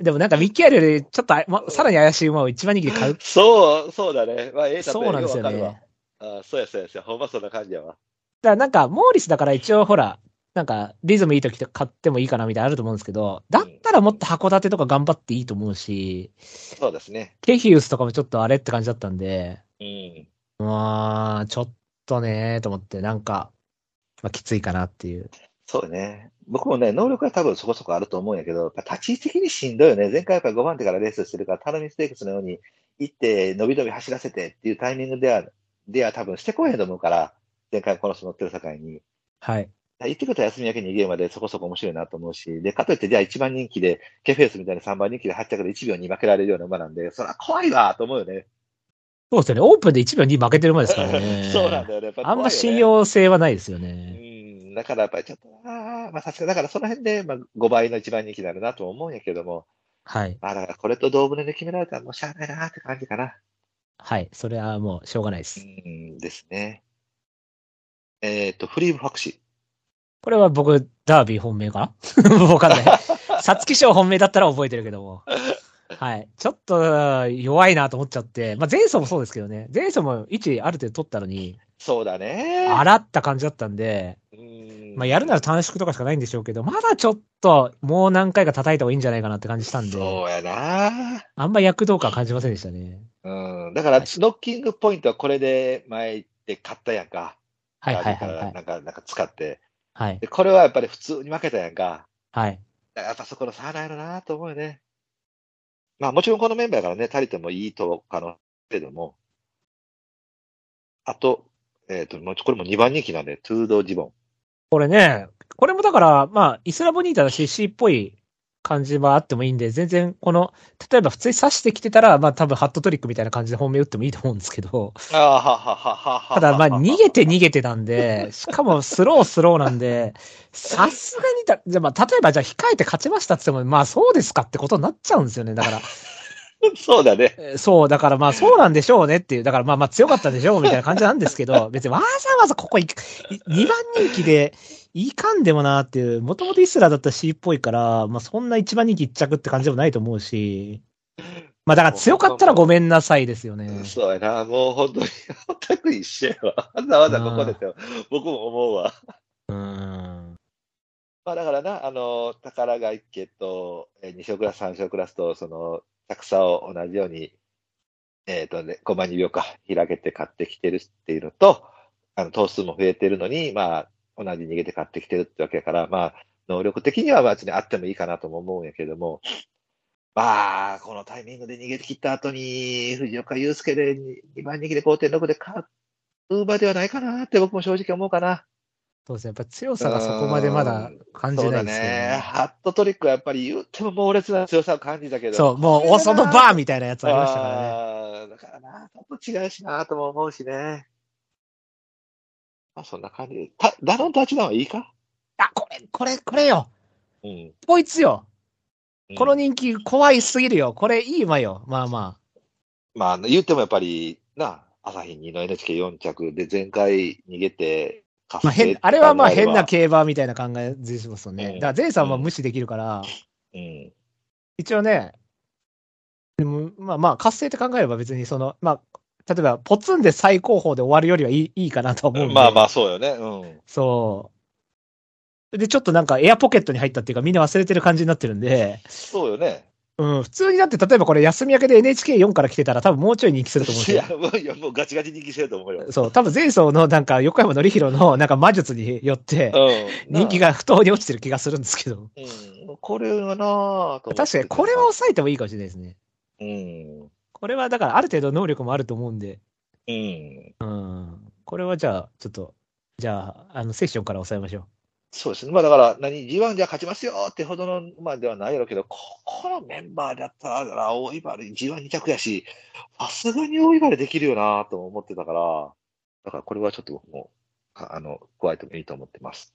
でもなんかミッキーアイルよりちょっとあ、ま、さらに怪しい馬を1番人気で 買う。そう、そうだね。まあ、ええ、そうなんですよね。だかあそうや、そうや、そうや。ほんまそんな感じやわ。らなんか、モーリスだから一応ほら、なんか、リズムいい時とか買ってもいいかなみたいなのあると思うんですけど、だったらもっと函館とか頑張っていいと思うし、そうですね。ケヒウスとかもちょっとあれって感じだったんで、うん。まあ、ちょっとね、と思って、なんか、まあ、きついかなっていう。そうね。僕もね、能力は多分そこそこあると思うんやけど、やっぱ立ち位置的にしんどいよね。前回やっぱ5番手からレースしてるから、タルミステークスのように、行って、伸び伸び走らせてっていうタイミングでは、では多分してこへんと思うから、前回この人乗ってる境に。はい。言ってくれたら休み明け2ゲームまでそこそこ面白いなと思うし、で、かといってじゃあ1番人気で、ケフェイスみたいな3番人気で8着で1秒に負けられるような馬なんで、そら怖いわと思うよね。。そうですよね。オープンで1秒2負けてる馬ですからね そうなんだよね。やっぱ怖いよねあんま信用性はないですようね。ん、だからやっぱりちょっと、あーまあさすが、だからその辺で、まあ、5倍の1番人気になるなと思うんやけども、はい。まあだからこれと同胸で決められたらもうしゃあないなって感じかな。はい。それはもうしょうがないでうす。んですね。えっ、と、フリーブファクシこれは僕、ダービー本命かな わかんない。皐月賞本命だったら覚えてるけども。はい。ちょっと弱いなと思っちゃって。まあ前走もそうですけどね。前走も位置ある程度取ったのに、そうだね。洗った感じだったんで、うんまあ、やるなら短縮とかしかないんでしょうけど、まだちょっと、もう何回か叩いた方がいいんじゃないかなって感じしたんで、そうやな。あんま躍動感感じませんでしたね。うん、だから、ノッキングポイントはこれで前で買ったやんか。はいはいはいだはからい。なんか、なんか使って。はい。で、これはやっぱり普通に負けたやんか。はい。だからやっぱそこの差ないのなと思うよね。まあもちろんこのメンバーからね、足りてもいいと可能けども。あと、えっ、と、もうこれも2番人気なんで、トゥードージボン。これね、これもだから、まあ、イスラボニータだし、C っぽい感じはあってもいいんで、全然、この、例えば普通に刺してきてたら、まあ多分ハットトリックみたいな感じで本命打ってもいいと思うんですけど、ああ、はははははた だまあ逃げて逃げてなんで、しかもスロースローなんで、さすがにだ、じゃあまあ例えばじゃあ控えて勝ちましたって言っても、まあそうですかってことになっちゃうんですよね、だから。そうだね。えーそう、だからまあそうなんでしょうねっていう、だからまあまあ強かったでしょうみたいな感じなんですけど、 別にわざわざここい2番人気でいかんでもなっていう、もともとイスラだったら C っぽいから、まあそんな1番人気1着って感じでもないと思うし、まあだから強かったらごめんなさいですよね。そうやな。もう本当に、 全く一緒やわ。わざわざここでて、僕も思うわ。うん。まあだからな、あの、宝が一家と、えー、2勝クラス、3勝クラスと、その、格差を同じように、えっ、とね、5万2秒か、開けて買ってきてるっていうのと、あの、頭数も増えてるのに、まあ、同じ逃げて買ってきてるってわけやから、まあ、能力的には別にあってもいいかなとも思うんやけども、まあ、このタイミングで逃げてきた後に、藤岡祐介で2番人気で5.6で買う馬ではないかなって僕も正直思うかな。そうですね。やっぱ強さがそこまでまだ感じないですそうだね。ね。ハットトリックはやっぱり言っても猛烈な強さを感じたけど。そう、もう、おそのバーみたいなやつありました からね。あーだからな、ちょっと違うしなとも思うしね。まあそんな感じで。たダノンタッチダウンはいいかあ、これ、これ、これよ。うん。こいつよ。この人気怖いすぎるよ。これいい馬よ。まあままあ言ってもやっぱり、な、朝日2の NHK4 着で前回逃げて、あ。まあ、変あれはまあ変なけ競馬みたいな考えずしますようね。んだから前さんは無視できるから、うん。一応ね、でもまあまあ活性って考えれば別にその、まあ、例えばポツンで最高峰で終わるよりはいいいいかなと思うんで。まあまあそうよね。うん。そう。で、ちょっとなんかエアポケットに入ったっていうか、みんな忘れてる感じになってるんで、そうよね。うん、普通にだって、例えばこれ休み明けで NHK4 から来てたら、多分もうちょい人気すると思うん いですや、もういやもうガチガチ人気してると思うよよ。。そう、多分前走のなんか横山典弘のなんか魔術によって、うん。 人気が。が不当に落ちてる気がするんですけど。うん。これはなぁと思って確かにこれは抑えてもいいかもしれないですね。うん。これはだからある程度能力もあると思うんで、うん。うん、これはじゃあ、ちょっと、じゃあ、あの、セクションから抑えましょう。そうですね。まあだから、何、G1 じゃ勝ちますよってほどの、まあではないやろうけど、ここのメンバーだったら、だから大井原 G12 着やし、さすがに大井原できるよなとも思ってたから、だからこれはちょっと僕も、かあの、加えてもいいと思ってます。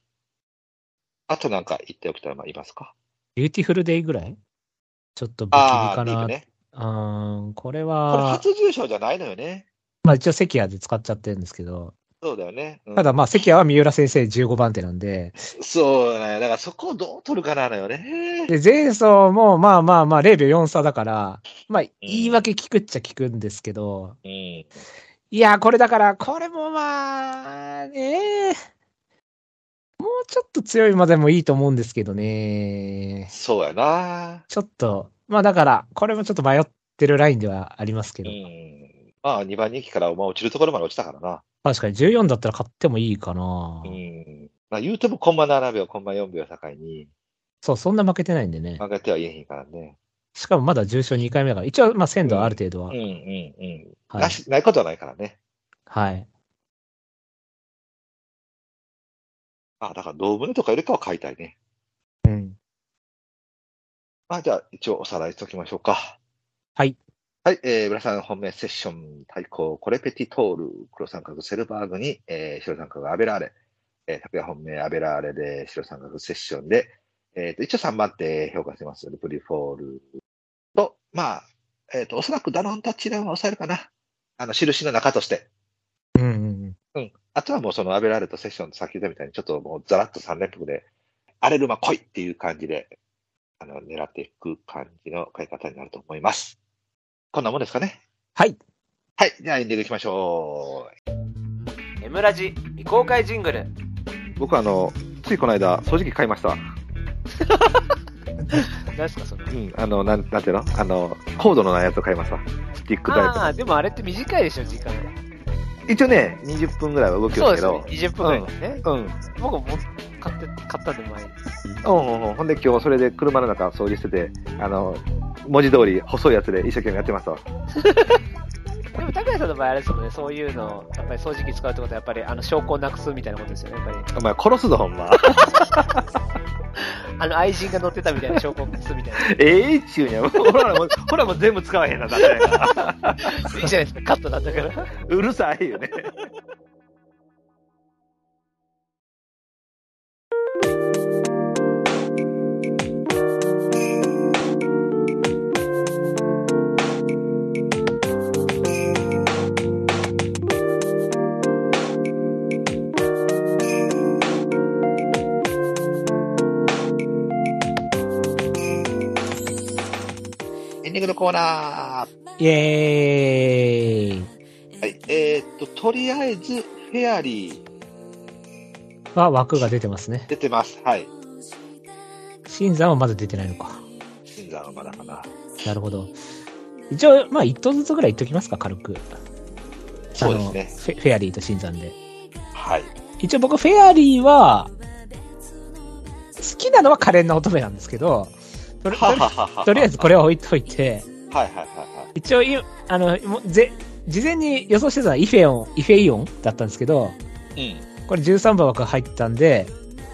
あとなんか言っておきたいのはいますかビューティフルデイぐらいちょっと不気味ああー、かリーなグ。ね。うーん、これこれは、初重賞じゃないのよね。まあ一応関谷で使っちゃってるんですけど、そうだよね。うんただまあ関谷は三浦先生15番手なんで、そうだね。だからそこをどう取るかなのよね。で、前走もまあまあまあ0秒4差だから、まあ言い訳聞くっちゃ聞くんですけど、うん。いや、これだから、これもまあ、ええもうちょっと強い馬でもいいと思うんですけどね。そうやな。ちょっと、まあだから、これもちょっと迷ってるラインではありますけうど、ん。まあ、2番人気から、まあ、落ちるところまで落ちたからな。確かに14だったら買ってもいいかな。うん。まあ、言うても、コンマ7秒、コンマ4秒境に、そう、そんな負けてないんでね。負けては言えへんからね。しかもまだ重症2回目だから、一応まあ鮮度はある程度うは。んうんうん。は。ないし、ないことはないからね。はい。あ、だから、同胸とかよりかは買いたいね。うん。まあ、じゃあ、一応おさらいしときましょうか。はい。はい、えー、皆さん本命セッション対抗、コレペティトール、黒三角セルバーグに、えー白三角アベラーレ、えー、拓也本命アベラーレで、白三角セッションで、えーと、一応3番手評価してます。ルプリフォールと、まあ、えーと、おそらくダノンタッチラインは抑えるかな。あの、印の中として。うんうんうん。うん。あとはもうそのアベラーレとセッション、さっき言ったみたいに、ちょっともうザラッと3連複で、荒れるま来いっていう感じで、あの、狙っていく感じの買い方になると思います。こんなもんですかね。はい。はい。じゃあエンディングいきましょエムラジ未公開ジング ルう。僕はあの、ついこの間、掃除機買いました。何ですかそれうん。あの、なん、なんていうのあの、コードのないやつを買いました。スティックタイプああでもあれって短いでしょ時間がの。一応ね、20分ぐらいは動きそうまですけすね20ど。分ぐらいですね、うん。僕も買って買ったんで前にうんうんうん。ほんで今日それで車の中掃除してて、あの、文字通り細いやつで一生懸命やってましたわ。でも、拓也さんの場合、あれですもんね、そういうの、やっぱり掃除機使うってことは、やっぱり、あの、証拠をなくすみたいなことですよね、やっぱり。お前殺すぞ、ほ んま。あの、愛人が乗ってたみたいな証拠をなくすみたいな。 ええっちゅうにゃ。ほらもう、ほらもう全部使わへんな、だって。いいじゃないですか、カットなんだから。うるさいよね。エンディングのコーナー。イエーイはい、えーっと、とりあえず、フェアリーは枠が出てますね。出てます。はい。新山はまだ出てないのか。新山はまだかな。なるほど。一応、まあ一頭ずつぐらい言っときますか、軽く。そうですね。ね。フェフェアリーと新山で。はい。一応僕、フェアリーは、好きなのは可憐な乙女なんですけど、とりはははは。とりあえずこれは置いといて、はいはいはいはい。一応い、あの、もうぜ事前に予想してたのはイフェオン、イフェイオンだったんですけど、うん。これ13番枠入ったんで、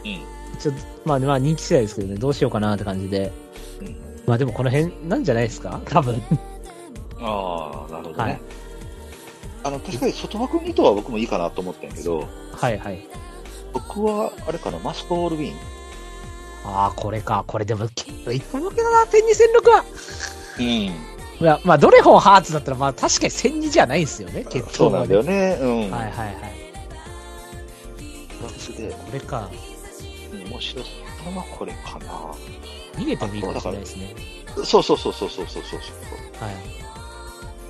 うちょっと、まあ、まあ人気次第ですけどね、どうしようかなって感じで。うんまあでもこの辺なんじゃないですか多分。ああ、なるほどね。はいあの、確かに外枠2頭は僕もいいかなと思ったんやけど、はいはい。僕は、あれかな、マスコールウィン。ああ、これか。これでも結構一本負けだな、千二千六は。うん。いや、まあどれ本ハーツだったら、まあ確かに千二じゃないですよね、結構。そうなんだよね。うん。はいはいはい。すげえこれか。面白そうなこれかな。逃げてもいいかもしれないですね。そうそうそうそうそうそうそう。はい。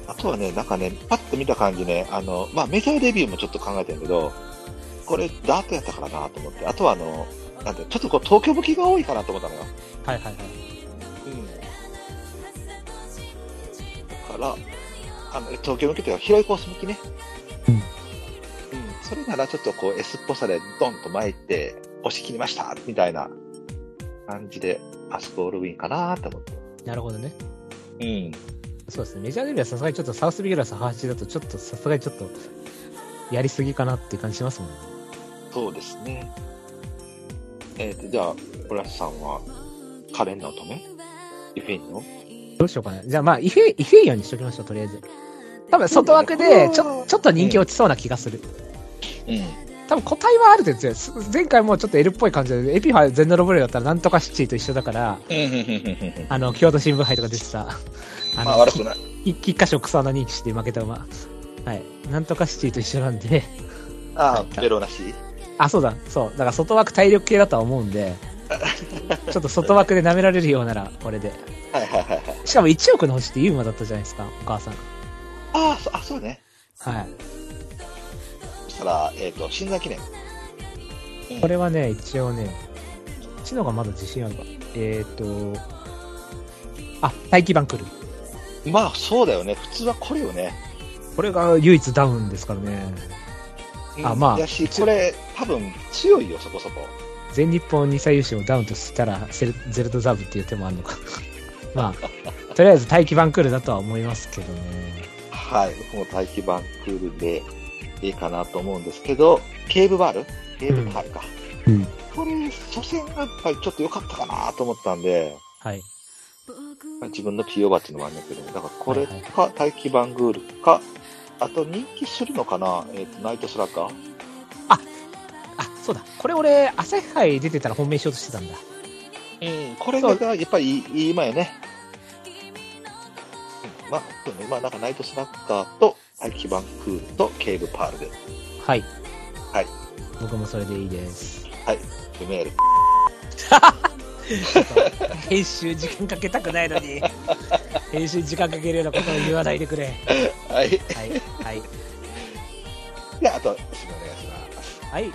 あとはね、なんかね、パッと見た感じね、あの、まあ、メジャーデビューもちょっと考えてるけど、これ、ダートやったからなと思って、あとはあの、なんて、ちょっとこう、東京向きが多いかなと思ったのよ。はいはいはい。うん。だから、あの、東京向きというか、広いコース向きね。うんうん。それなら、ちょっとこう、S っぽさで、ドンと巻いて、押し切りましたみたいな感じで、アスコールウィンかなと思って。なるほどね。うん。そうですね。メジャーデビューはさすがにちょっとサウスビギュラーさん8だと、ちょっとさすがにちょっと、やりすぎかなっていう感じしますもんね。そうですね。えっ、と、じゃあ、浦瀬さんは、カレンの乙女イフィンのどうしようかな。じゃあまあ、イフェイ、イフェイヨンにしときましょう、とりあえず。多分、外枠で、ちょ、ちょっと人気落ちそうな気がする。うん。多分、個体はある程度強いです。前回もちょっと L っぽい感じで、エピファゼンドロブレだったら、なんとかシッチーと一緒だから、あの、京都新聞杯とか出てた、あまあ、の、悪くない。一一箇所草の認知して負けた馬。はい。なんとかシッチーと一緒なんで、ああ、ベローなし。あ、そうだ、そう。だから外枠体力系だとは思うん で、ちょっと外枠で舐められるようなら、これで。はいはいはいはい。しかも1億の星ってユーマだったじゃないですか、お母さん。ああ、そあそうね。はい。そしたら、えっ、と、新山記念。これはね、一応ね、チノがまだ自信あるか。えっ、ー、と、あ、待機版来る。まあ、そうだよね。普通はこれよね。これが唯一ダウンですからね。あまあだし、これ、多分、強いよ、そこそこ。全日本二歳優勝をダウンとしたら、セルゼルトザブっていう手もあるのか。 まあ、とりあえず待機版来るだとは思いますけどね。はい。僕も待機版クールで、いいかなと思うんですけど、ケーブバールケーブバールか。うん。これ、初戦がやっぱりちょっと良かったかなと思ったんで、はい。まあ自分の PO バッジのもあるんだけども、だからこれはいか、待機バングールか、あと人気するのかな、えっ、と、ナイトスラッガーあ、そうだ。これ俺、朝日杯出てたら本命しようとしてたんだ。うん、これがやっぱりいいいい今よね。うんまあ、そうね、まあなんかナイトスラッガーと待機バングールとケーブパールで、はい。はい。僕もそれでいいです。ルメール。編集時間かけたくないの に。編集時間かけるようなことを言わないでくれ。ははい。い。はい。で、あと、すみません、お願いします。はい、えー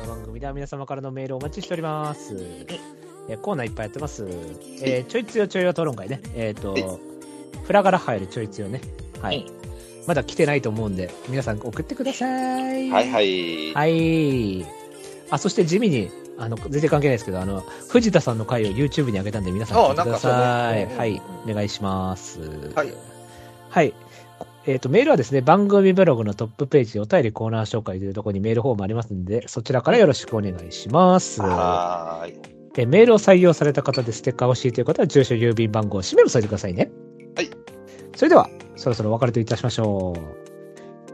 この番組では皆様からのメールをお待ちしております、えーコーナーいっぱいやってます、えーちょいつよちょいよ討論会ねえっ、とフラガラハよりちょいつよねはい、うまだ来てないと思うんで皆さん送ってくださいはいはい。はいあそして地味にあの全然関係ないですけどあの藤田さんの回を YouTube に上げたんで皆さんあ聞いてください、なんかそうねはいうんお願いしますはいはい。えっ、と、メールはですね、番組ブログのトップページ、お便りコーナー紹介というところにメールフォームありますので、そちらからよろしくお願いします。はーい。えメールを採用された方でステッカー欲しいという方は、住所、郵便番号、氏名も添えてくださいね。はい。それでは、そろそろお別れといたしましょう。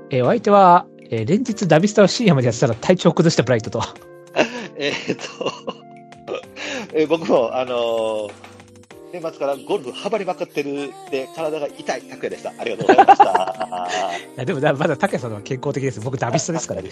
えーお相手は、えー連日ダビスタを深夜までやってたら体調を崩したブライトと。 えーっと、 えー僕も、あのー年末からゴルフはまりまくってるで、体が痛い拓也でした。ありがとうございました。いやでもだ、まだ竹さんは健康的です。僕、ダビスタですからね。